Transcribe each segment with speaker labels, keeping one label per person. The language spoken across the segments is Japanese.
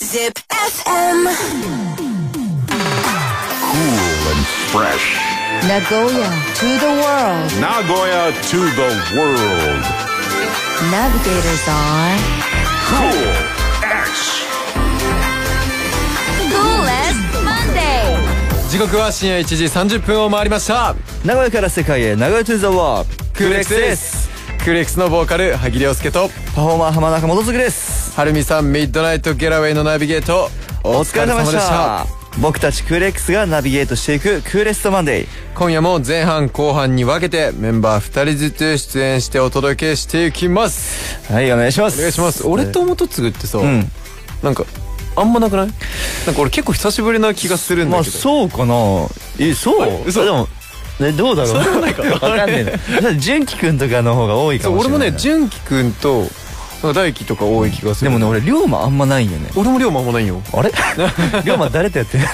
Speaker 1: Zip FM.
Speaker 2: Cool and fresh.
Speaker 3: Nagoya to the world.
Speaker 2: Nagoya to the world.
Speaker 3: Navigators are
Speaker 2: Cool X.
Speaker 3: cool as Monday.
Speaker 4: 時刻は深夜1時30分を回りました
Speaker 5: 名古屋から世界へ名古屋トゥーザワー
Speaker 4: クーレックスですクーレックスのボーカル萩亮介と
Speaker 5: パフォーマー浜中元次です
Speaker 4: はるみさんミッドナイトギャラウェイのナビゲート
Speaker 5: お疲れ様でした僕たちクーレックスがナビゲートしていくクーレストマンデー
Speaker 4: 今夜も前半後半に分けてメンバー2人ずつ出演してお届けしていきます
Speaker 5: はいお願いします
Speaker 4: お願いします俺と元次ってさ、
Speaker 5: ん
Speaker 4: なんかあんまなくないなんか俺結構久しぶりな気がするん
Speaker 5: ま
Speaker 4: だ
Speaker 5: あ
Speaker 4: けど、
Speaker 5: そうかなえそう
Speaker 4: 嘘
Speaker 5: でもねどうだろうわかんねえなだから純喜くんとかの方が多いか
Speaker 4: そう
Speaker 5: もし
Speaker 4: 俺も
Speaker 5: れない
Speaker 4: ね純喜くんとなんか大輝とか多い気がす
Speaker 5: で
Speaker 4: る
Speaker 5: もね俺龍馬あんまないんよね
Speaker 4: 俺も亮もあんまないよ
Speaker 5: あれ 龍馬誰とやってる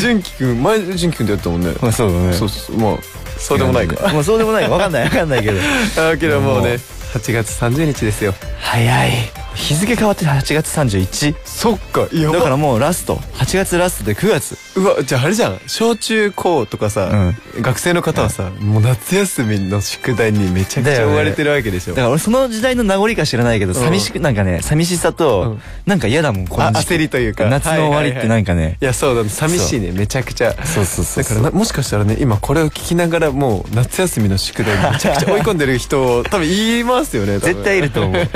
Speaker 4: 純喜くん前純喜くんとやったもんね
Speaker 5: そうだね
Speaker 4: そうそうそうまあそうでもないか
Speaker 5: まあそうでもないわかんないわかんないけど
Speaker 4: だけどもうね8月30日ですよ
Speaker 5: 早い日付変わって8月31
Speaker 4: そっかいや
Speaker 5: だからもうラスト8月ラストで9月
Speaker 4: うわじゃああれじゃん小中高とかさ、学生の方はさ、もう夏休みの宿題にめちゃくち
Speaker 5: だ
Speaker 4: ゃ
Speaker 5: よ
Speaker 4: 追
Speaker 5: ね
Speaker 4: われてるわけでしょ、
Speaker 5: だから俺その時代の名残か知らないけど、寂しく、なんかね、寂しさと、なんか嫌だもん、こ
Speaker 4: あ
Speaker 5: の時期
Speaker 4: 焦りというか
Speaker 5: 夏の終わりってなんかね。
Speaker 4: いやそうだね寂しいねめちゃくちゃ
Speaker 5: そうそうそう
Speaker 4: だからなもしかしたらね今これを聞きながらもう夏休みの宿題にめちゃくちゃ追い込んでる人を多分言いますよね多分
Speaker 5: 絶対いると 思う。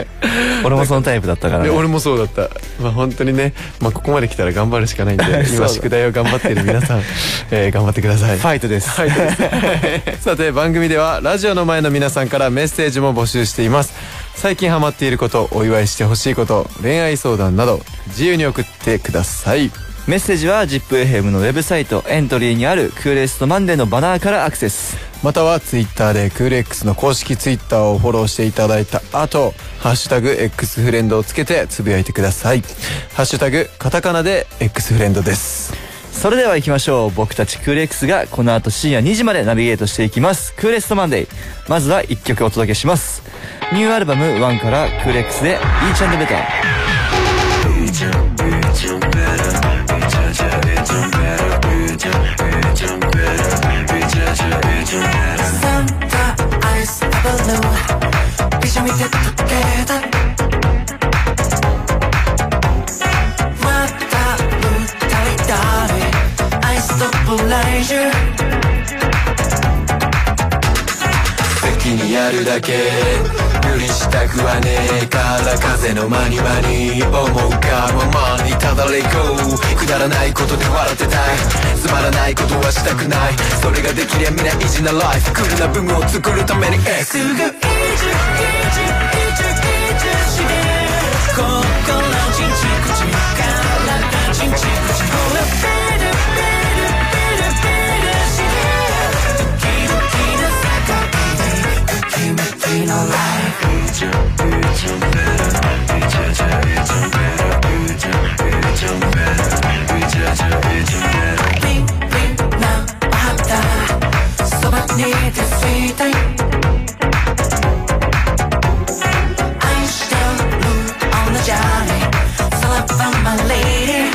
Speaker 5: 俺もそのタイプだったから
Speaker 4: で
Speaker 5: ね。
Speaker 4: 俺もそうだったまあ本当にね、まあ、ここまで来たら頑張るしかないん で今宿題を頑張ってる皆さん、えー頑張ってください
Speaker 5: ファイトです。
Speaker 4: はい さて番組ではラジオの前の皆さんからメッセージも募集しています最近ハマっていることお祝いしてほしいこと恋愛相談など自由に送ってください
Speaker 5: メッセージは ZIPFM のウェブサイト、エントリーにあるクーレストマンデーのバナーからアクセス。
Speaker 4: またはツイッターでクール X の公式ツイッターをフォローしていただいた後ハッシュタグ X フレンドをつけてつぶやいてくださいハッシュタグカタカナで X フレンドです
Speaker 5: それでは行きましょう。僕たちクーレックスがこの後深夜2時までナビゲートしていきます。クーレストマンデー。まずは1曲お届けします。ニューアルバム1からクーレックスで Each and Better。
Speaker 6: Sunrise blue 비전 밑에 덮게 된 마다 물다리 다리 I stop pleasure
Speaker 4: 気にやるだけ無理したくはねえから風の間に間に思うがままにただれこうくだらないことで笑ってたいつまらないことはしたくないそれができりゃみんな意地なライフクールな文を作るために X
Speaker 6: すぐ Each Each Each して心チンチ口からチンチ口ほら Better Better Better Better してドキドキの世界でウキウキの Life ビンビンな肌そばに出ついたい愛してる同じあれさらば my lady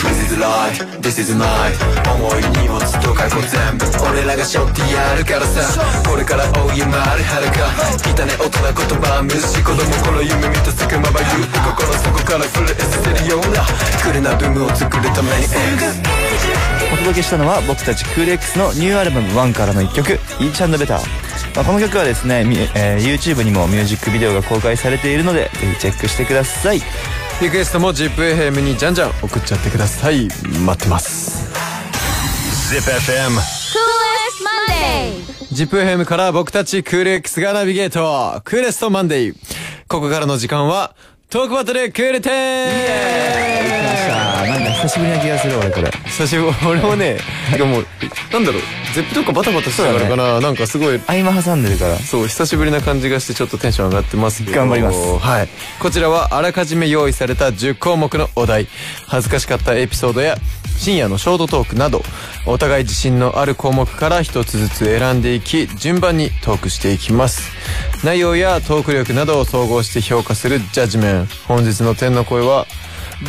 Speaker 4: This is life, this is night 重い荷物と過去全部俺らが背負ってやるからさこれから追い回る遥か汚ね大人言葉無視子供頃夢見たすくまばゆって心底から震えさせるようなクールな文を作るために X
Speaker 5: お届けしたのは僕たちクール X のニューアルバム1からの1曲「Each and Better」まあ、この曲はですね、みえー YouTube にもミュージックビデオが公開されているのでぜひチェックしてください
Speaker 4: リクエストも ZIPFM にじゃんじゃん送っちゃってください待ってます
Speaker 2: Zip FM.
Speaker 3: Cool as Monday.
Speaker 4: ZIPFM から僕たちクール X がナビゲートクーレストマンデーここからの時間はトークバトルクールテーン
Speaker 5: あーなんか久しぶりな気がする俺これ
Speaker 7: 久しぶり俺もねてかもうなんだろうゼップとかバタバタしてたからかな、なんかすごい
Speaker 5: 合間挟んでるから
Speaker 7: そう久しぶりな感じがしてちょっとテンション上がってますけど
Speaker 5: 頑張ります
Speaker 7: はいこちらはあらかじめ用意された10項目のお題恥ずかしかったエピソードや深夜のショートトークなどお互い自信のある項目から一つずつ選んでいき順番にトークしていきます内容やトーク力などを総合して評価するジャッジメン本日の天の声は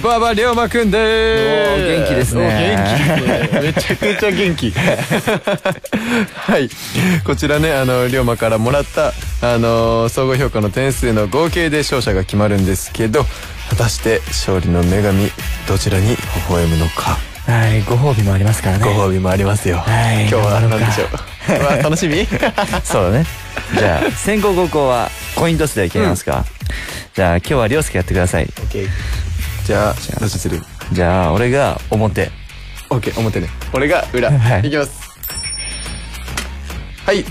Speaker 7: 馬場龍馬くんでーす
Speaker 5: おー元気ですね
Speaker 7: おー元気ですねめちゃくちゃ元気 はいこちらねあの龍馬からもらったあのー総合評価の点数の合計で勝者が決まるんですけど果たして勝利の女神どちらに微笑むのか
Speaker 5: はいご褒美もありますからね
Speaker 7: ご褒美もありますよ、
Speaker 5: はい
Speaker 7: 今日は何
Speaker 5: 頑張ろうか
Speaker 7: でしょううわ 楽し み
Speaker 5: そうだねじゃあ先攻後攻はコイントスで決めますか、じゃあ今日は涼介やってください
Speaker 7: じゃあどっちする
Speaker 5: じゃあ俺が表
Speaker 7: OK 表ね俺が裏、
Speaker 5: はい
Speaker 7: い、きますはい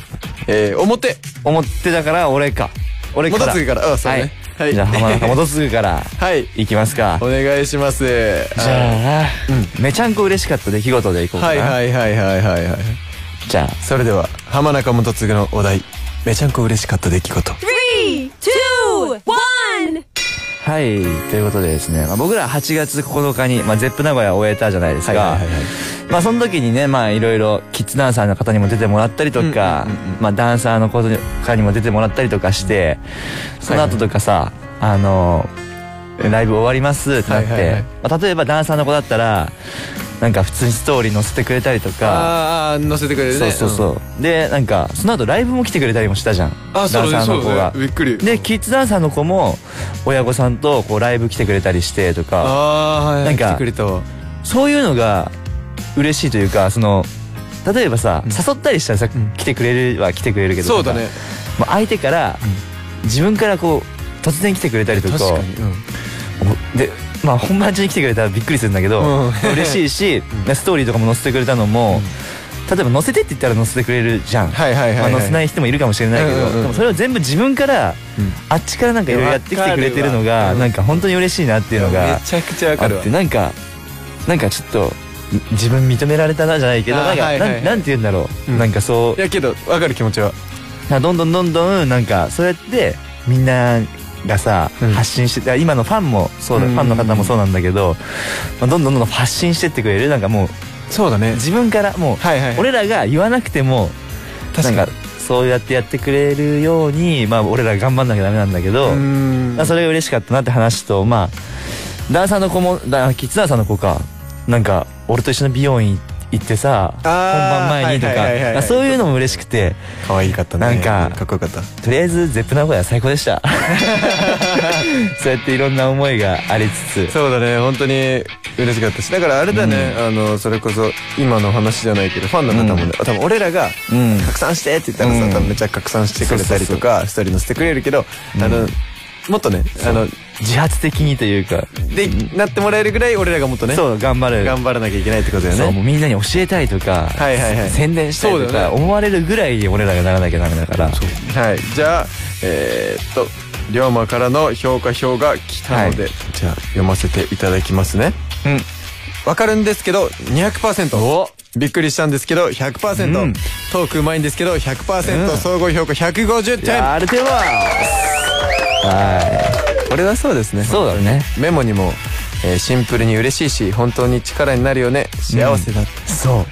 Speaker 7: えー、表
Speaker 5: 表だから俺か俺から
Speaker 7: 元次からうんそうね
Speaker 5: は、
Speaker 7: はいい
Speaker 5: じゃあ浜中元次 から
Speaker 7: はい
Speaker 5: いきますか
Speaker 7: お願いします
Speaker 5: じゃあ、めちゃんこ嬉しかった出来事でいこうか
Speaker 7: は
Speaker 5: な、
Speaker 7: いはいはいはいはいはい
Speaker 5: じゃあ
Speaker 7: それでは浜中元次のお題めちゃんこ嬉しかった出来事
Speaker 3: Three, two, one.
Speaker 5: はいということでですね、まあ、僕ら8月9日に、まあ、ゼップ名古屋を終えたじゃないですか、
Speaker 7: はいはいはいはい
Speaker 5: まあその時にねまあいろいろキッズダンサーの方にも出てもらったりとか、まあダンサーの子とかにも出てもらったりとかしてその後とかさ、あのライブ終わりますってなって、
Speaker 7: はいはいはい
Speaker 5: まあ、例えばダンサーの子だったらなんか普通にストーリー載せてくれたりとか
Speaker 7: ああ載せてくれる
Speaker 5: そ
Speaker 7: ね
Speaker 5: うそうそう、でなんかその後ライブも来てくれたりもしたじゃん
Speaker 7: あ
Speaker 5: ダ
Speaker 7: そ
Speaker 5: ン
Speaker 7: う
Speaker 5: サー
Speaker 7: そ
Speaker 5: の
Speaker 7: う
Speaker 5: 子が
Speaker 7: ねびっくり
Speaker 5: でキッズダンサーの子も親御さんとこうライブ来てくれたりしてとか
Speaker 7: ああーはい
Speaker 5: なんか
Speaker 7: 来てくれたわ
Speaker 5: そういうのが嬉しいというかその例えばさ、誘ったりしたらさ、来てくれるは来てくれるけど
Speaker 7: そうだね、
Speaker 5: まあ、相手から、自分からこう突然来てくれたりとか
Speaker 7: 確かに、うん、
Speaker 5: でまあ本番中に来てくれたらびっくりするんだけど、
Speaker 7: うん
Speaker 5: 嬉し いし、ストーリーとかも載せてくれたのも、例えば載せてって言ったら載せてくれるじゃん、
Speaker 7: はいはいはい、
Speaker 5: ま
Speaker 7: は
Speaker 5: あ、
Speaker 7: い
Speaker 5: 載せない人もいるかもしれないけど、
Speaker 7: うんうんうん
Speaker 5: でもそれを全部自分から、あっちからなんかいろいろやってきてくれてるの
Speaker 7: わか
Speaker 5: が
Speaker 7: るわ
Speaker 5: なんか本当に嬉しいなっていうのが
Speaker 7: めちゃくちゃわ
Speaker 5: あ
Speaker 7: かる
Speaker 5: っ
Speaker 7: わ
Speaker 5: てなんかなんかちょっと自分認められたなじゃないけど
Speaker 7: あー
Speaker 5: なんか、
Speaker 7: はいはいはい
Speaker 5: なんなんて言うんだろう、
Speaker 7: うん
Speaker 5: なんかそう
Speaker 7: いやけどわかる気持ちは
Speaker 5: などんどんどんどんなんかそうやってみんながさ、
Speaker 7: うん
Speaker 5: 発信してだから今のファンもそうだ、
Speaker 7: うん
Speaker 5: ファンの方もそうなんだけど、まあ、どんどんどんどん発信してってくれるなんかもう
Speaker 7: そうだね
Speaker 5: 自分からもう、
Speaker 7: はいはい
Speaker 5: 俺らが言わなくても
Speaker 7: 確
Speaker 5: な
Speaker 7: か
Speaker 5: んかそうやってやってくれるようにまあ俺ら頑張んなきゃダメなんだけど、
Speaker 7: うーん
Speaker 5: まあそれが嬉しかったなって話とまあダンサーの子もだキッズダンサーの子かなんか俺と一緒の美容院行ってさ本
Speaker 7: あー
Speaker 5: 番前にとか、
Speaker 7: はいはいはいはい
Speaker 5: まあそういうのも嬉しくて。
Speaker 7: 可愛かったね
Speaker 5: なんか
Speaker 7: かっこよかった
Speaker 5: とりあえずゼップ名古屋最高でした そうやっていろんな思いがありつつ
Speaker 7: そうだね本当に嬉しかったしだからあれだね、あのそれこそ今の話じゃないけどファンの方もね、
Speaker 5: うん
Speaker 7: 多分俺らが「
Speaker 5: うん
Speaker 7: 拡散して」って言ったらさ、
Speaker 5: うん
Speaker 7: 多分めっちゃ拡散してくれたりとかストーリー載せてくれるけど、あのもっとねあの
Speaker 5: 自発的にというか
Speaker 7: でなってもらえるぐらい俺らがもっとね
Speaker 5: そう頑張る
Speaker 7: 頑張らなきゃいけないってことだ
Speaker 5: そ
Speaker 7: よ
Speaker 5: う
Speaker 7: ね
Speaker 5: もうみんなに教えたいとか、
Speaker 7: はいはいはい
Speaker 5: 宣伝したいと
Speaker 7: そうだ
Speaker 5: か
Speaker 7: よ
Speaker 5: 思われるぐらい俺らがならなきゃダメだから
Speaker 7: はいじゃあえー、っと龍馬からの評価表が来たので、
Speaker 5: は
Speaker 7: じゃあ読ませていただきますね
Speaker 5: うん
Speaker 7: わかるんですけど200%びっくりしたんですけど100%、
Speaker 5: うん
Speaker 7: トークうまいんですけど100%、
Speaker 5: うん
Speaker 7: 総合評価150
Speaker 5: じゃ
Speaker 7: 点
Speaker 5: あある程度はは
Speaker 7: これはそうですね
Speaker 5: いそうだね
Speaker 7: メモにも、えーシンプルに嬉しいし本当に力になるよね幸せだって
Speaker 5: そう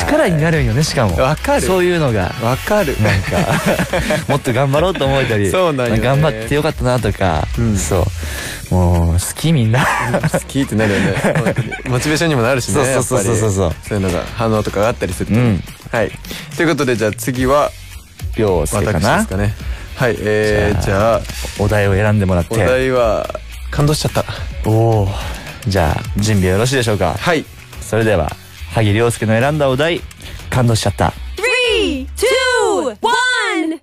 Speaker 5: 力になるんよねしかも
Speaker 7: わかる
Speaker 5: そういうのが
Speaker 7: わ、かる
Speaker 5: なん かもっと頑張ろうと思えたり
Speaker 7: そうなんよね
Speaker 5: 頑張ってよかったなとか、
Speaker 7: ん
Speaker 5: そうもう好き みんな
Speaker 7: 好きってなるよ ね本当にモチベーションにもなるしね
Speaker 5: そうそうそうそうそう
Speaker 7: やっぱりそういうのが反応とかがあったりすると、
Speaker 5: うん
Speaker 7: はいということでじゃあ次は
Speaker 5: 涼介
Speaker 7: 私
Speaker 5: か
Speaker 7: で
Speaker 5: な
Speaker 7: すかねはいえー、
Speaker 5: じ
Speaker 7: じゃあ
Speaker 5: お題を選んでもらっ
Speaker 7: お
Speaker 5: て
Speaker 7: 題は感動しちゃった
Speaker 5: おおじゃあ準備よろしいでしょうか
Speaker 7: はい
Speaker 5: それでは萩涼介の選んだお題感動しちゃった
Speaker 3: Three, two, one.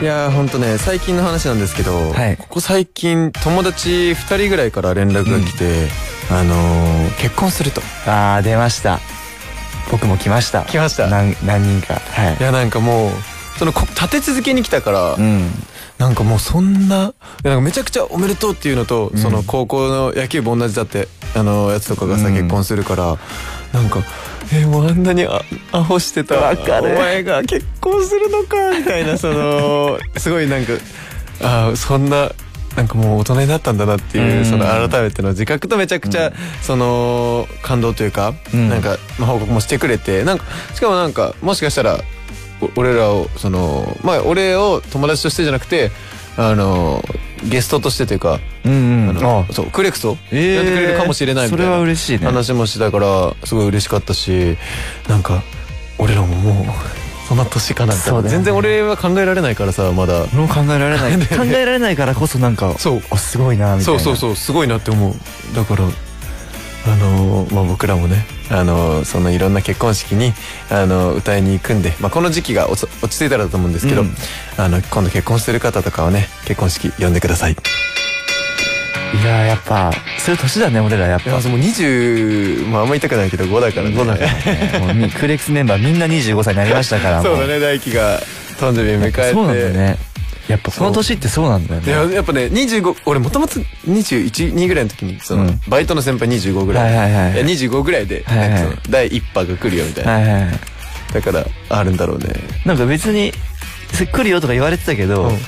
Speaker 7: いやーほんとね最近の話なんですけど、
Speaker 5: はい
Speaker 7: ここ最近友達2人ぐらいから連絡が来て、あのー、結婚すると
Speaker 5: あー出ました僕も来ました
Speaker 7: 来ました
Speaker 5: 何何人かはい
Speaker 7: いやなんかもうそのこ立て続けに来たから、
Speaker 5: うん
Speaker 7: なんかもうそんななんかめちゃくちゃおめでとうっていうのと、その高校の野球部同じだってあのやつとかがさ、
Speaker 5: うん
Speaker 7: 結婚するからなんかえもうあんなにあアホしてた
Speaker 5: わかる
Speaker 7: お前が結婚するのかみたいなそ のすごいなんかあーそんな。なんかもう大人になったんだなっていう、
Speaker 5: うん
Speaker 7: その改めての自覚とめちゃくちゃ、その感動というか、
Speaker 5: うん
Speaker 7: なんか、まあ、報告もしてくれてなんかしかもなんかもしかしたらお俺らをそのまあ俺を友達としてじゃなくてあのゲストとしてというか、
Speaker 5: う
Speaker 7: あ
Speaker 5: んうん
Speaker 7: のそうクレクソ、
Speaker 5: えー
Speaker 7: やってくれるかもしれないみたいな
Speaker 5: それは嬉しいね
Speaker 7: 話もしてたからすごい嬉しかったしなんか俺らももうそんな年かなみたい
Speaker 5: そ
Speaker 7: な、
Speaker 5: うだよ
Speaker 7: 全
Speaker 5: ね
Speaker 7: 然俺は考えられないからさまだ
Speaker 5: 俺も考えられない 考えられないからこそなんか
Speaker 7: そう
Speaker 5: あすごいなみたい
Speaker 7: そう
Speaker 5: な
Speaker 7: そうそうすごいなって思うだからあのーまあ、僕らもね、あのーそのいろんな結婚式に、あのー歌いに行くんで、まあ、この時期がおつ落ち着いたらだと思うんですけど、
Speaker 5: うん
Speaker 7: あの今度結婚してる方とかをね結婚式呼んでくださいい
Speaker 5: いやーやっぱそういう年だね俺らやっぱ
Speaker 7: やもう20、まあ、あんま言いたくないけど5だから
Speaker 5: そうだねもうみクレックスメンバーみんな25歳になりましたか ら
Speaker 7: そう
Speaker 5: も
Speaker 7: だね大輝が誕生日迎えて
Speaker 5: そうなんだよねやっぱその年ってそうなんだよ
Speaker 7: いや
Speaker 5: ね
Speaker 7: やっぱね25俺もともと212ぐらいの時にその、
Speaker 5: うん
Speaker 7: バイトの先輩25ぐらい,、
Speaker 5: はいはいはいはい
Speaker 7: 25ぐらいで、
Speaker 5: はいはい
Speaker 7: なんかその第一波が来るよみたいな、
Speaker 5: はいはいはい
Speaker 7: だからあるんだろう ね
Speaker 5: なんか別にそれ来るよとか言われてたけど、
Speaker 7: うん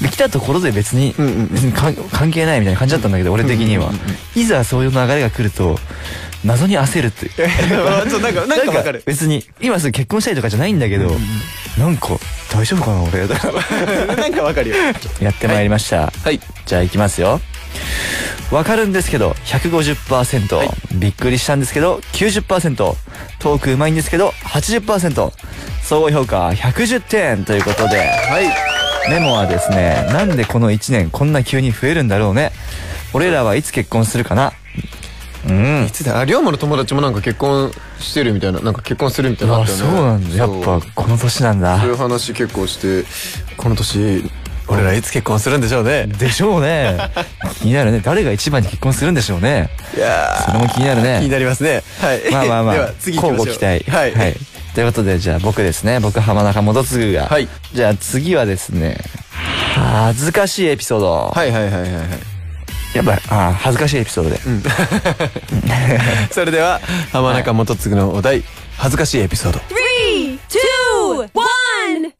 Speaker 5: で来たところで別に,、
Speaker 7: うんうんうん
Speaker 5: 別に関関係ないみたいな感じだったんだけど、俺的には、いざそういう流れが来ると謎に焦るっていう
Speaker 7: あちょっとなんか なんかわかる
Speaker 5: 別に今すぐ結婚したいとかじゃないんだけど、なんか大丈夫かな俺とか
Speaker 7: なんかわかるよ
Speaker 5: やってまいりました、
Speaker 7: はい
Speaker 5: じゃあ行きますよわかるんですけど150%、びっくりしたんですけど90%トークうまいんですけど80%総合評価110点ということで
Speaker 7: はい
Speaker 5: メモはですね、なんでこの1年こんな急に増えるんだろうね。俺らはいつ結婚するかな。うん。
Speaker 7: いつだあ龍馬の友達もなんか結婚してるみたいななんか結婚するみたいなのあ
Speaker 5: あ、
Speaker 7: ったよ
Speaker 5: そ
Speaker 7: ね
Speaker 5: うなんだ。やっぱ
Speaker 7: そう
Speaker 5: この年なんだ
Speaker 7: そうい。う話結構してこの年俺らいつ結婚するんでしょうね
Speaker 5: でしょ うね。気になるね。誰が一番に結婚するんでしょうね。
Speaker 7: いや
Speaker 5: それも気になる
Speaker 7: ー気に
Speaker 5: ね。
Speaker 7: なりますねはい
Speaker 5: まあまあま
Speaker 7: で
Speaker 5: あ
Speaker 7: は、次
Speaker 5: 交
Speaker 7: 行きま
Speaker 5: 互
Speaker 7: しょう
Speaker 5: 期待。
Speaker 7: はい、
Speaker 5: はい。ということで、じゃあ僕ですね。僕、浜中元次が。
Speaker 7: はい
Speaker 5: じゃあ次はですね、恥ずかしいエピソード。
Speaker 7: はいはいはいはいはい
Speaker 5: やっぱ、あー恥ずかしいエピソードで。
Speaker 7: それでは浜中元次のお題恥ずかしいエピソード
Speaker 3: Three, two, one.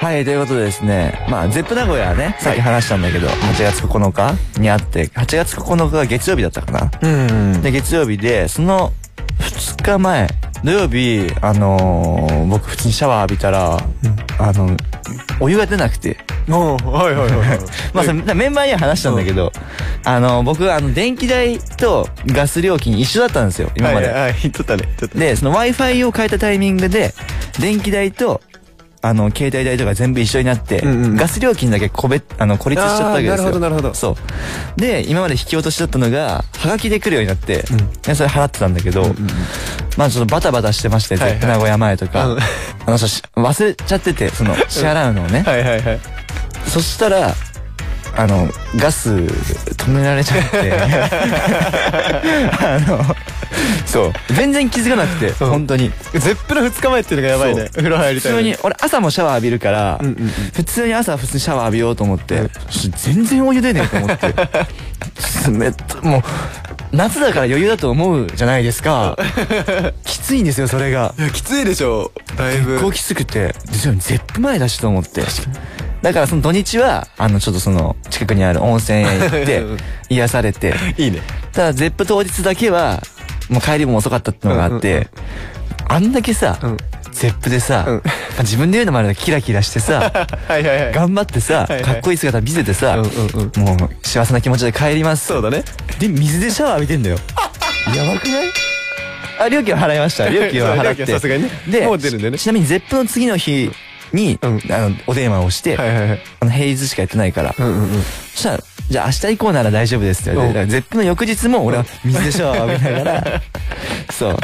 Speaker 5: はい、ということでですね、まあ、ゼップ名古屋はね、さっき話したんだけど、8月9日にあって、8月9日が月曜日だったかな。
Speaker 7: うん
Speaker 5: で、月曜日で、その2日前、土曜日、あのー僕普通にシャワー浴びたら、あの、お湯が出なくて、
Speaker 7: おーはいはい はいはい
Speaker 5: まあ、それメンバーには話したんだけど、あの、僕、あの、電気代とガス料金一緒だったんですよ、今まで。
Speaker 7: はいはい言っとったねちょっと
Speaker 5: で、その Wi-Fi を変えたタイミングで、電気代と、あの、携帯代とか全部一緒になって、
Speaker 7: んうん
Speaker 5: ガス料金だけこべ、あの、孤立しちゃったわけですよ。
Speaker 7: あーなるほどなるほど
Speaker 5: そう。で、今まで引き落としだったのが、はがきで来るようになって、でそれ払ってたんだけど、まあちょっとバタバタしてまして、
Speaker 7: はいはい
Speaker 5: 絶対名古屋前とか、
Speaker 7: あ
Speaker 5: あ
Speaker 7: の
Speaker 5: の、そうし忘れちゃってて、その、支払うのをね。
Speaker 7: はいはいはい
Speaker 5: そしたら、あの、ガス止められちゃって、 あの、そう、全然気づかなくて、
Speaker 7: ん
Speaker 5: 本当に。
Speaker 7: 絶プの2日前っていうのがやばいね
Speaker 5: そう
Speaker 7: 風呂入り
Speaker 5: 普
Speaker 7: たいの
Speaker 5: 通
Speaker 7: に
Speaker 5: に、俺朝もシャワー浴びるから、普通に朝普通にシャワー浴びようと思って、全然お湯出ねえと思って。冷た、もう、夏だから余裕だと思うじゃないで すか。きついんですよ、それが
Speaker 7: い。やきついでしょだいぶ
Speaker 5: 結構きつくて、でも絶プ前だしと思って。だからその土日は、あの、ちょっとその、近くにある温泉へ行って
Speaker 7: うん、
Speaker 5: 癒されて。
Speaker 7: いいね
Speaker 5: ただ、絶プ当日だけは、もう帰りも遅かったってのがあって、あんだけさ、絶プでさ、まあ自分で言うのもあれだけどキラキラして さ、
Speaker 7: はいはいはい
Speaker 5: 頑張ってさ、
Speaker 7: いはい
Speaker 5: かっこいい姿見せてさ、
Speaker 7: うんうん
Speaker 5: もう幸せな気持ちで帰ります。
Speaker 7: そうだね
Speaker 5: で、水でシャワー浴びてんだよ。 やばくないあ、料金は払いました。料金は払 っ
Speaker 7: そう料金は
Speaker 5: て。
Speaker 7: さすがにね
Speaker 5: で、
Speaker 7: もう出るんだよね
Speaker 5: ちちなみに、ゼップの次の日に、
Speaker 7: うん
Speaker 5: あの、お電話をして、
Speaker 7: はいはいはい
Speaker 5: あの、平日しかやってないから。
Speaker 7: うんうんうん
Speaker 5: そしたら、じゃあ明日以降なら大丈夫ですって言われて、
Speaker 7: う
Speaker 5: だからゼップの翌日も俺は水でシャワー浴びなが ら、そう。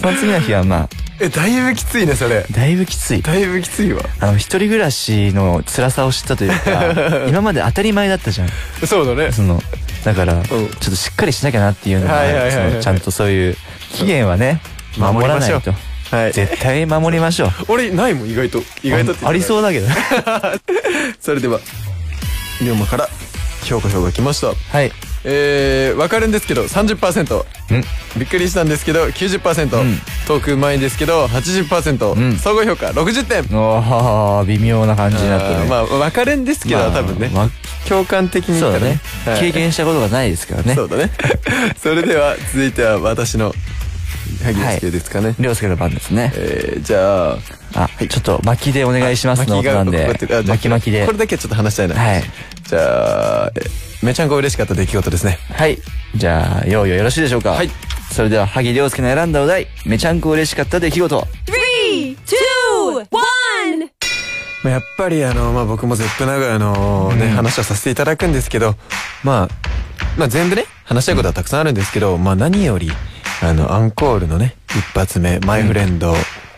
Speaker 5: その次の日はまあ、
Speaker 7: えだいぶきついねそれ
Speaker 5: だいぶきつい。
Speaker 7: だいぶきついわ
Speaker 5: あの、一人暮らしの辛さを知ったとい うか、今まで当たり前だったじゃん。
Speaker 7: そうだね
Speaker 5: そのだから、ちょっとしっかりしなきゃなっていうのが、
Speaker 7: はいはいはいはい
Speaker 5: そのちゃんとそういう期限はね守らないと
Speaker 7: 守りまはい
Speaker 5: 絶対守りましょう
Speaker 7: 俺ないもん意外と意外とって言ってない
Speaker 5: あありそうだけど
Speaker 7: それでは龍馬から評価表が来ました
Speaker 5: はい。
Speaker 7: えー、分かるんですけど30%びっくりしたんですけど90%、トークうまいんですけど80%、
Speaker 5: ん
Speaker 7: 総合評価60点
Speaker 5: おー、微妙な感じになった
Speaker 7: あー
Speaker 5: ね。
Speaker 7: まあ分かるんですけど、
Speaker 5: まあ
Speaker 7: 多分ね、
Speaker 5: まあ
Speaker 7: 共感的に
Speaker 5: そうだね。
Speaker 7: はい
Speaker 5: 経験したことがないですからね。
Speaker 7: そうだね それでは続いては私の萩野介ですかね、
Speaker 5: りょうすけの番ですね。
Speaker 7: えー、じゃあ
Speaker 5: あ、ちょっと巻きでお願いしますの音なんで
Speaker 7: 巻きがこうやっ。てあ
Speaker 5: 巻き巻き
Speaker 7: じゃあ
Speaker 5: で
Speaker 7: こ。れだけはちょっと話したいな
Speaker 5: はい
Speaker 7: じゃあえめちゃんこ嬉しかった出来事ですね
Speaker 5: はい。じゃあ、用意よろしいでしょうか。
Speaker 7: はい。
Speaker 5: それでは、萩りょうすけの選んだお題、めちゃんこ嬉しかった出来事。
Speaker 3: Three, two, one.
Speaker 7: まあやっぱりあの、まあ、僕も ZEP 名古屋のね、話をさせていただくんですけど、まあ、まあ全部ね、話したいことはたくさんあるんですけど、まあ何より、あの、アンコールのね、一発目、マイフレンド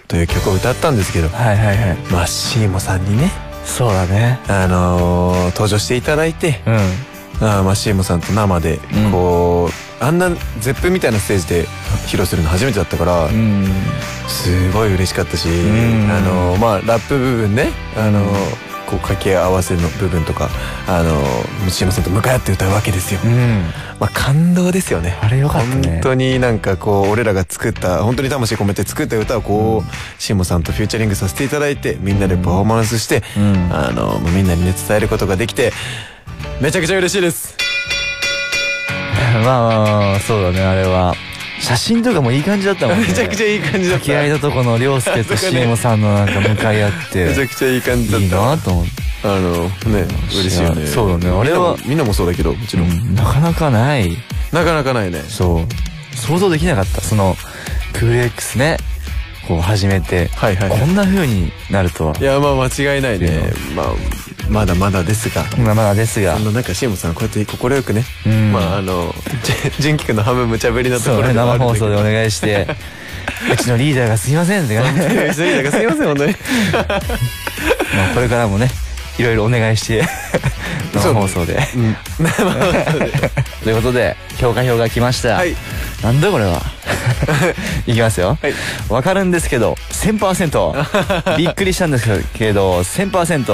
Speaker 7: という曲を歌ったんですけど、
Speaker 5: はいはいはい。
Speaker 7: まあシーモさんにね、
Speaker 5: そうだね。
Speaker 7: あのー登場していただいて、
Speaker 5: うん。
Speaker 7: あーまあシーモさんと生で
Speaker 5: うん、
Speaker 7: こう、あんな ZEP みたいなステージで披露するの初めてだったから、
Speaker 5: うん。
Speaker 7: すごい嬉しかったし、
Speaker 5: ん
Speaker 7: あのまあラップ部分ねあの、こう掛け合わせの部分とかあのシムさんと向かい合って歌うわけですよ、
Speaker 5: うん。
Speaker 7: まあ感動ですよね
Speaker 5: あれよかったね
Speaker 7: 本当 になんかこう俺らが作った本当に魂込めて作った歌をこう、シモさんとフューチャリングさせていただいてみんなでパフォーマンスして、
Speaker 5: うん
Speaker 7: あのみんなにね伝えることができてめちゃくちゃ嬉しいです
Speaker 5: まあまあまあ、そうだね、あれは。写真とかもいい感じだったもんね。
Speaker 7: めちゃくちゃいい感じだった
Speaker 5: 掛け合いのとこの涼介とシーモさんのなんか向かい合って。
Speaker 7: めちゃくちゃいい感じだった
Speaker 5: いいなと思って。
Speaker 7: あのね嬉しいよ
Speaker 5: い
Speaker 7: ね
Speaker 5: やそうだねあれは
Speaker 7: みんなもみんなもそうだけどもちろん、
Speaker 5: なかなかない。
Speaker 7: なかなかないね
Speaker 5: そう。想像できなかった。その、クール X ね、こう始めて、
Speaker 7: はいはいはい。
Speaker 5: こんな風になるとはい
Speaker 7: やまあ間違いないね
Speaker 5: ね
Speaker 7: まあまだまだですが
Speaker 5: まあまだですが
Speaker 7: あ、のなんかシーモさんこうやって快くね、
Speaker 5: うん
Speaker 7: まああの 純喜くんの半分無茶ぶりなとこ
Speaker 5: そう
Speaker 7: ろ
Speaker 5: ね、
Speaker 7: もあるん
Speaker 5: 生
Speaker 7: だ
Speaker 5: 放
Speaker 7: けど
Speaker 5: 送でお願いして、 うちのリーダーがすいませんってね、
Speaker 7: すいません本当に
Speaker 5: まあこれからもね、いろいろお願いして、
Speaker 7: そう
Speaker 5: 生放送で。 ということで、評価表が来ました。
Speaker 7: はい
Speaker 5: なんだこれ は。いきますよ。
Speaker 7: はい
Speaker 5: わかるんですけど、1000%。びっ くりしたんですけど、1000%。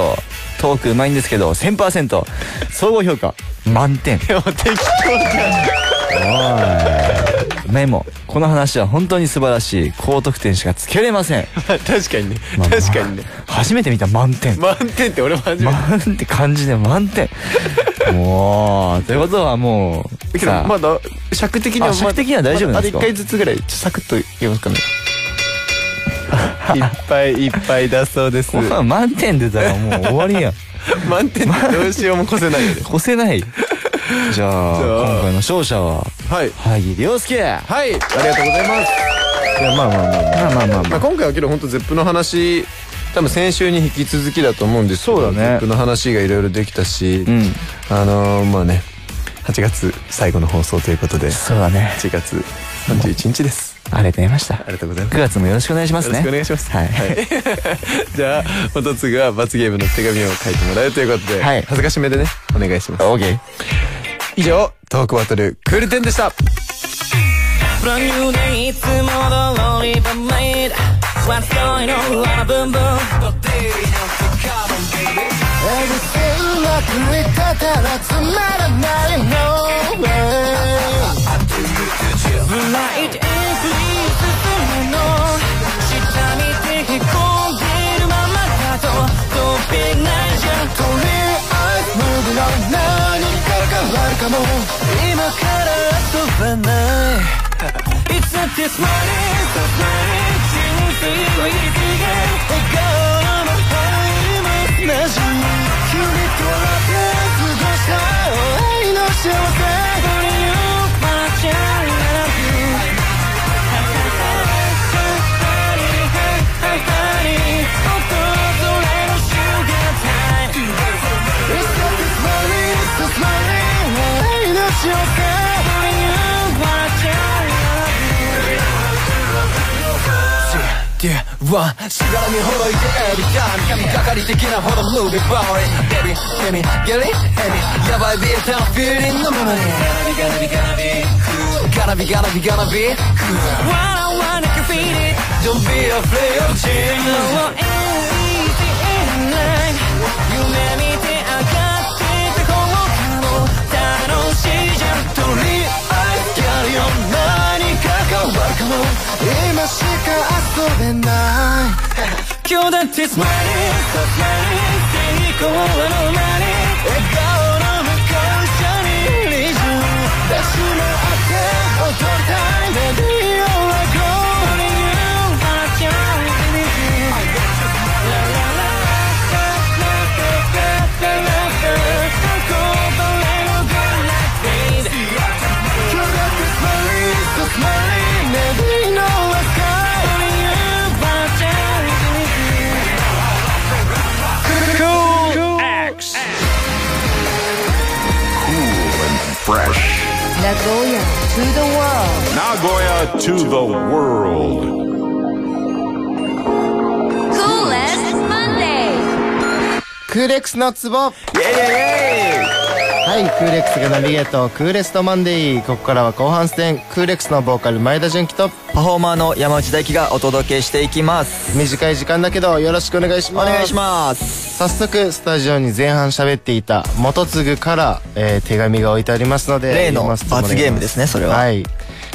Speaker 5: トークうまいんですけど、1000%。総合評価、満点。メモ。この話は本当に素晴らしい。高得点しかつけれません。
Speaker 7: 確かにね
Speaker 5: ま あ
Speaker 7: 確かにね
Speaker 5: 初めて見た満点。
Speaker 7: 満点って俺も初めて
Speaker 5: 満点って感じで満点。もう、ということはもう、
Speaker 7: だけど
Speaker 5: さあ
Speaker 7: まだ尺的には
Speaker 5: あ尺的には大丈夫なんですか
Speaker 7: まだあと1回ずつぐらいちょっとサクッといけますか ねいっぱいいっぱいだそう です
Speaker 5: こんなの満点出たらもう終わり やん。
Speaker 7: 満点ってどうしようも越せないよね
Speaker 5: 越せない。じゃあ、
Speaker 7: じゃあ
Speaker 5: 今回の勝者は、
Speaker 7: はい
Speaker 5: 萩亮介ま
Speaker 7: はいありがとうございますいやまあまあまあまあ
Speaker 5: あまあまあ
Speaker 7: まあ、今回はけど本当ゼップの話多分先週に引き続きだと思うんですけど
Speaker 5: そうだね
Speaker 7: ゼップの話がいろいろできたし、
Speaker 5: ん
Speaker 7: あのーまあね8月最後の放送ということで8
Speaker 5: そうだね。
Speaker 7: 月31日です
Speaker 5: ありがとうございました。
Speaker 7: ありがとうございます
Speaker 5: 9月もよろしくお願いします
Speaker 7: よ
Speaker 5: ね。
Speaker 7: ろしくお願いします、
Speaker 5: はい。
Speaker 7: じゃあまた次は罰ゲームの手紙を書いてもらえるということで、
Speaker 5: はい
Speaker 7: 恥ずかしめでねお願いします
Speaker 5: OK。
Speaker 7: 以上トークバトルクールテンでした
Speaker 8: Brand new day いつも通り But made What's going on? わらぶんぶん But baby, I'm so common, baby うまくいってたらつまらない No way Bright and free 進むの下見てへこんでるままだとどうべないじゃんとりあえず Moving on 何から変わるかも今から遊ばない It's not this morning, so morning 人生を生きが笑顔の灰もなし君とって過ごした愛の幸せ Only you, my child, I love you oh, しがらみほどいて every time 神がかり的なほど moving forward baby baby get it baby やばい beat down feeling のままに gonna be gonna be gonna be cool gonna be gonna be gonna be cool wanna wanna can feel it don't be afraid of change no one ain't easy ain't night 夢見て上がってた
Speaker 4: しか遊べない
Speaker 8: 今日だってスマイルスマイル抵抗はのまに笑顔の向こうにリズム出し回って踊りたいメディオは calling you but you're not me
Speaker 2: 名古屋 to the world.
Speaker 3: Cool as Monday.
Speaker 4: クーレックスのツボはい、クーレックスがナビゲート、クーレストマンデー。ここからは後半戦、クーレックスのボーカル、前田純喜と、
Speaker 5: パフォーマーの山内大輝がお届けしていきます
Speaker 4: 短い時間だけど、よろしくお願いし
Speaker 5: お
Speaker 4: ます。
Speaker 5: 願いします
Speaker 4: す。早速、スタジオに前半喋っていた、元次から、えー手紙が置いてありますので、
Speaker 5: 例の
Speaker 4: 読ませてもらいます
Speaker 5: 罰ゲームですねそれは
Speaker 4: はい。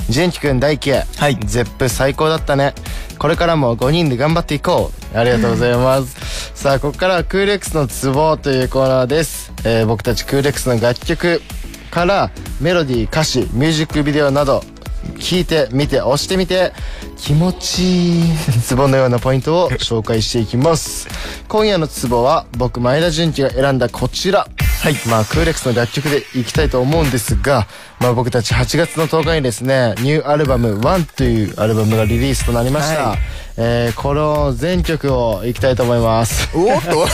Speaker 4: 純喜くん、大輝。
Speaker 5: はい
Speaker 4: ゼップ最高だったね。これからも5人で頑張っていこう。ありがとうござい ます。さあ、ここからはクーレックスのツボというコーナーです。えー僕たちクーレックスの楽曲からメロディー、歌詞、ミュージックビデオなど、聞いてみて、押してみて、気持ちいいツボのようなポイントを紹介していきます。今夜のツボは僕、前田純喜が選んだこちら。はい。まあ、クーレックスの楽曲でいきたいと思うんですが、まあ僕たち8月の10日にですね、ニューアルバム1というアルバムがリリースとなりました。えー、この全曲をいきたいと思います。
Speaker 5: おっと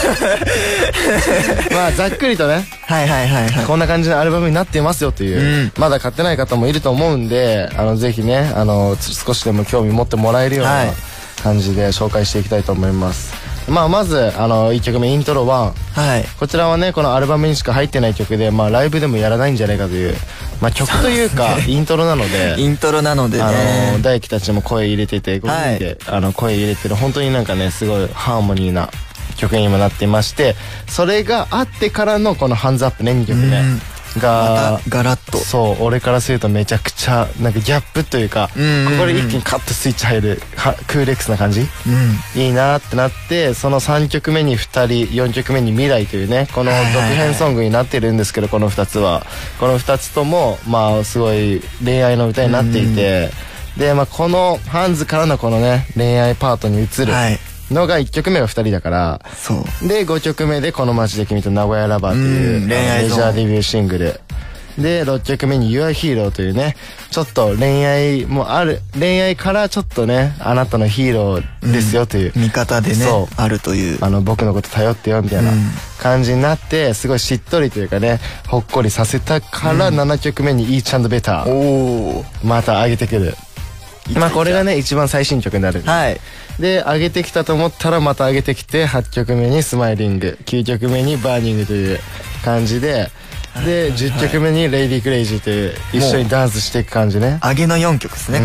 Speaker 4: まあ、ざっくりとね、
Speaker 5: はいはいはいはい
Speaker 4: こんな感じのアルバムになっていますよという、まだ買ってない方もいると思うんで、あの、ぜひね、あの、つ少しでも興味持ってもらえるような
Speaker 5: は
Speaker 4: い感じで紹介していきたいと思います。まあ、まず、あの、1曲目、イントロ1。
Speaker 5: はい
Speaker 4: こちらはね、このアルバムにしか入ってない曲で、まあ、ライブでもやらないんじゃないかという、まあ、曲というか、イントロなので、
Speaker 5: イントロなので
Speaker 4: あの
Speaker 5: ね
Speaker 4: 大輝たちも声入れてて5人で、あの声入れてる本当になんかねすごいハーモニーな曲にもなってましてそれがあってからのこの「ハンズアップね2曲目が
Speaker 5: またガラッと
Speaker 4: そう俺からするとめちゃくちゃなんかギャップというか、
Speaker 5: んうんうん
Speaker 4: ここで一気にカッとスイッチ入るはクーレックスな感じ、いいなってなってその3曲目に2人4曲目に「未来」というねこの
Speaker 5: はいはい
Speaker 4: 続編ソングになってるんですけどこの2つはこの2つともまあすごい恋愛の歌になっていて、で、まあ、このハンズからのこのね恋愛パートに移る
Speaker 5: はい
Speaker 4: のが1曲目が2人だから、
Speaker 5: そう
Speaker 4: で5曲目で「この街で君と名古屋ラバー」といううん
Speaker 5: 恋愛
Speaker 4: メジ
Speaker 5: ソング
Speaker 4: ャーデビューシングルで6曲目に「YourHero」というねちょっと恋愛もある恋愛からちょっとねあなたのヒーローですよという、
Speaker 5: 味方でね
Speaker 4: そう
Speaker 5: あるという
Speaker 4: あの僕のこと頼ってよみたいな感じになってすごいしっとりというかねほっこりさせたから7曲目に「Each and Better
Speaker 5: おお」
Speaker 4: また上げてくるまあこれがね一番最新曲になる
Speaker 5: はい
Speaker 4: で上げてきたと思ったらまた上げてきて8曲目に「スマイリング」9曲目に「バーニング」という感じでで10曲目に「レイディー・クレイジー」という一緒にダンスしていく感じね
Speaker 5: 上げの4曲ですね、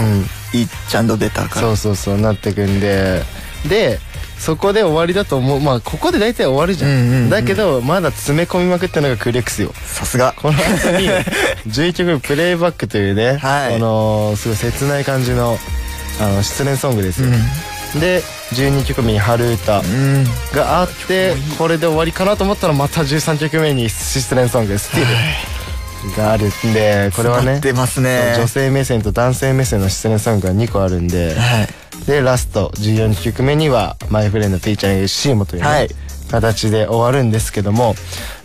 Speaker 5: いっちゃんとベターから
Speaker 4: そうそうそうなってくんででそこで終わりだと思うまあここで大体終わるじゃん,、だけどまだ詰め込みまくってるのがクーレックスよ
Speaker 5: さすが
Speaker 4: この後 に11曲目プレイバックというね、
Speaker 5: はい
Speaker 4: あのーすごい切ない感じのあの失恋ソングですよ、で12曲目に「春歌」があってこれで終わりかなと思ったらまた13曲目に失恋ソング「スティール」があるんでこれはね
Speaker 5: 出ますね
Speaker 4: 女性目線と男性目線の失恋ソングが2個あるんで、
Speaker 5: はい
Speaker 4: でラスト14曲目には「マイフレンドピーチャーにシーモ」という、ね
Speaker 5: はい
Speaker 4: 形で終わるんですけども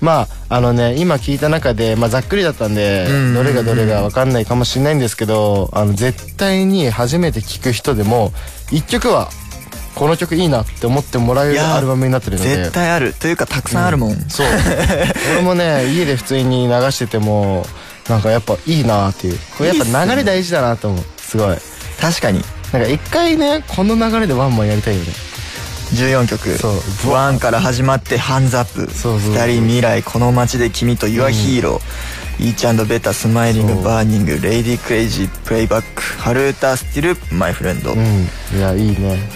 Speaker 4: まああのね今聞いた中で、まあ、ざっくりだったんで、どれがどれが分かんないかもしれないんですけどあの絶対に初めて聞く人でも1曲はこの曲いいなって思ってもらえ
Speaker 5: い
Speaker 4: る
Speaker 5: やー
Speaker 4: アルバムになってるので
Speaker 5: 絶対あるというかたくさんあるもん、
Speaker 4: そう俺も ね家で普通に流しててもなんかやっぱいいなっていうこれやっぱ流れ大事だなと思うすごい
Speaker 5: 確かに
Speaker 4: なんか一回ねこの流れでワンマンやりたいよね
Speaker 5: 14曲
Speaker 4: そう
Speaker 5: 「ワンから始まって「ハンズアップ」「
Speaker 4: そうそう
Speaker 5: 二人未来この街で君と Your Hero」イーチャンドベタスマイリン
Speaker 4: そ
Speaker 5: グ
Speaker 4: う
Speaker 5: バーニングレイディクレイジープレイバックハルータスティルマイフレンド、
Speaker 4: うんいやいいね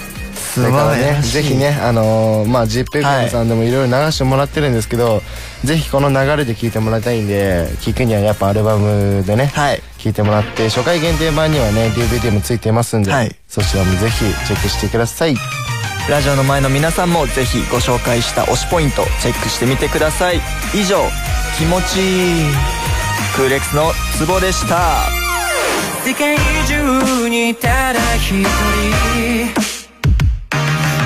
Speaker 5: 素
Speaker 9: だから
Speaker 5: 晴
Speaker 9: ね
Speaker 5: らしい
Speaker 9: ぜひねあのーまあ ZIPFM さんでもいろいろ流してもらってるんですけど、ぜひこの流れで聴いてもらいたいんで聴くにはやっぱアルバムでね聴、
Speaker 5: はい
Speaker 9: いてもらって初回限定版にはね DVD もついてますんで、
Speaker 5: はい
Speaker 9: そちらもぜひチェックしてください
Speaker 5: ラジオの前の皆さんもぜひご紹介した推しポイントチェックしてみてください以上気持ちいいクーレックスのツボでした
Speaker 8: 世界中にただ一人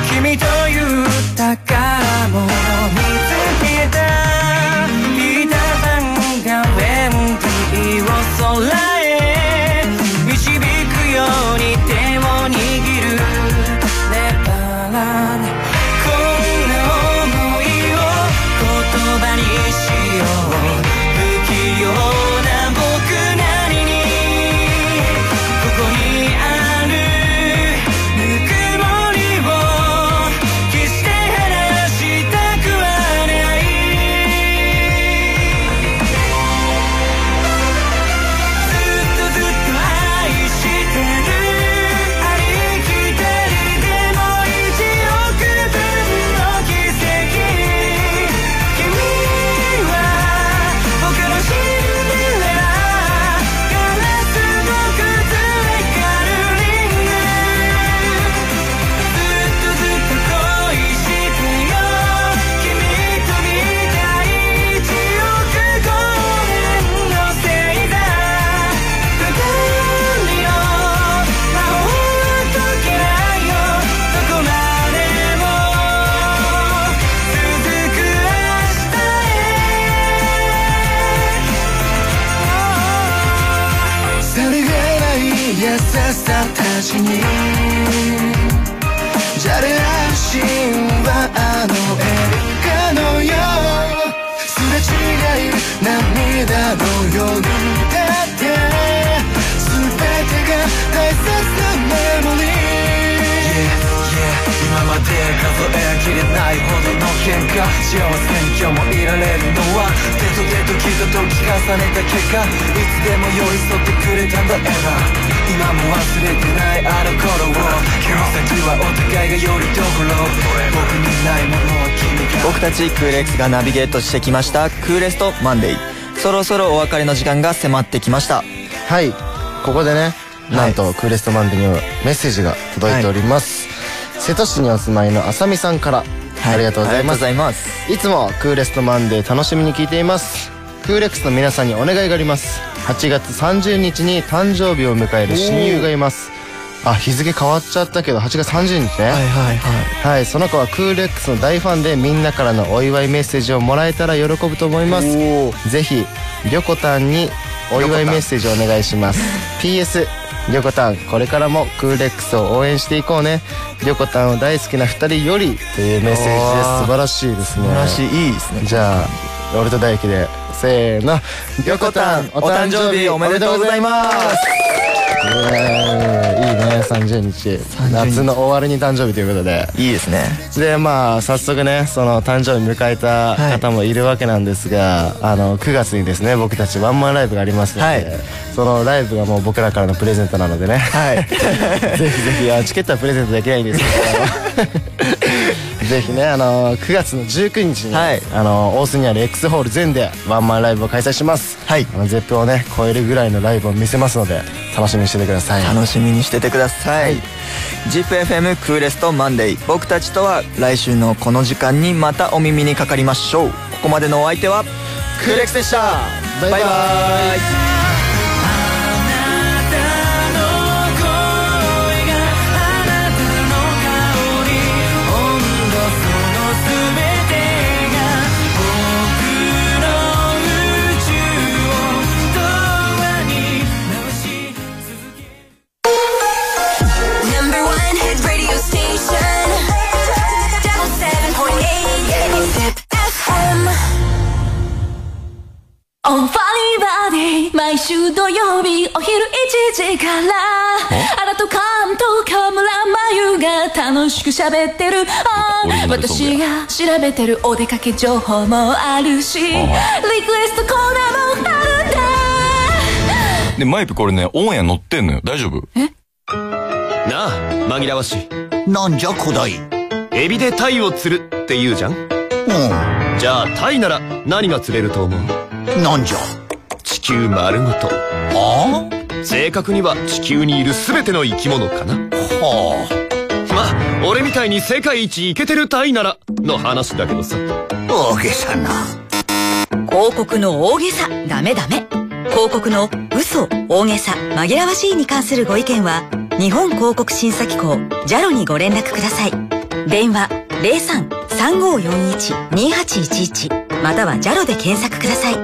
Speaker 8: 君という宝物を見つけたピーターさんがウェンディを空へ導くように手を握るネバーランドこんな想いを言葉にしよう不器用な僕なりにここにあるぬくもりを決して離したくはないずっとずっと愛してるありきたりなでも一億分の奇跡君は僕のシンデレラガラスの崩れカルリングずっとずっと恋してよ君と見たい1億光年の星座二人を魔法は解けないよどこまでも続く明日へさりげない優しさたちにじゃれ合うシーンはあの映画のようすれ違い涙のようにだって全てが大切なメモリー
Speaker 10: Yeah, 今まで数えきれないほどの喧嘩幸せに今日もいられるのは手と手と傷と重ねた結果いつでも寄り添ってくれたんだエヴァ今も忘れてないあの頃をこの先はお互いがよりどころ僕にないものは君が
Speaker 5: 僕たちクーレックスがナビゲートしてきましたクーレストマンデーそろそろお別れの時間が迫ってきました
Speaker 9: はいここでねなんと、クーレストマンデーにはメッセージが届いております、瀬戸市にお住まいのあさみさんから、ありがとうござい
Speaker 5: ありがとうご
Speaker 9: ます
Speaker 5: ざいます
Speaker 9: いつもクーレストマンデー楽しみに聞いていますクーレックスの皆さんにお願いがあります8月30日に誕生日を迎える親友がいますあ日付変わっちゃったけど8月30日ねはい
Speaker 5: はいはい
Speaker 9: その子はクーレックスの大ファンでみんなからのお祝いメッセージをもらえたら喜ぶと思いますぜひりょこたんにお祝いメッセージをお願いします PS りょこたんこれからもクーレックスを応援していこうねりょこたんを大好きな2人よりというメッセージです素晴らしいですね素晴ら
Speaker 5: 話いいですね
Speaker 9: じゃあ俺と大輝でせーの横田
Speaker 5: お誕生日おめでとうございます
Speaker 9: すいね30日夏の終わりに誕生日ということで
Speaker 5: いいですね
Speaker 9: でまあ早速ねその誕生日迎えた方もいるわけなんですが、あの9月にですね僕たちワンマンライブがありますので、
Speaker 5: はい
Speaker 9: そのライブがもう僕らからのプレゼントなのでね、
Speaker 5: はい
Speaker 9: ぜひぜひあチケットはプレゼントできないんですけど ぜひねあの9月の19日に、
Speaker 5: はい
Speaker 9: あの大須にある X ホール全でワンマンライブを開催します
Speaker 5: はい
Speaker 9: あの ZEP をね超えるぐらいのライブを見せますので楽しみにしててください
Speaker 5: 楽しみにしててください、ZIPFM クーレストマンデー僕たちとは来週のこの時間にまたお耳にかかりましょうここまでのお相手はクーレックスでした
Speaker 9: バイバイ
Speaker 5: イ
Speaker 3: 毎週土曜日お昼1時からあなた関東河村真由が楽しく喋ってるあ
Speaker 2: オリジナルソングや
Speaker 3: 私が調べてるお出かけ情報もあるしリクエストコーナーもあるんだ
Speaker 2: で、マイプこれね、オンエア乗ってんのよ。大丈夫
Speaker 7: なあ紛らわしい
Speaker 11: なんじゃ古代
Speaker 7: エビでタイを釣るって言うじゃん
Speaker 11: う
Speaker 7: じゃあタイなら何が釣れると思うん
Speaker 11: なんじゃ
Speaker 7: 地球丸ごと
Speaker 11: あ
Speaker 7: 正確には地球にいる全ての生き物かなま
Speaker 11: は
Speaker 7: あ俺みたいに世界一イケてるタイならの話だけどさ
Speaker 11: あ大げさな
Speaker 6: 広告の大げさダメダメ広告の嘘大げさ紛らわしいに関するご意見は日本広告審査機構 JALO にご連絡ください電話03-3541-2811または JALO で検索ください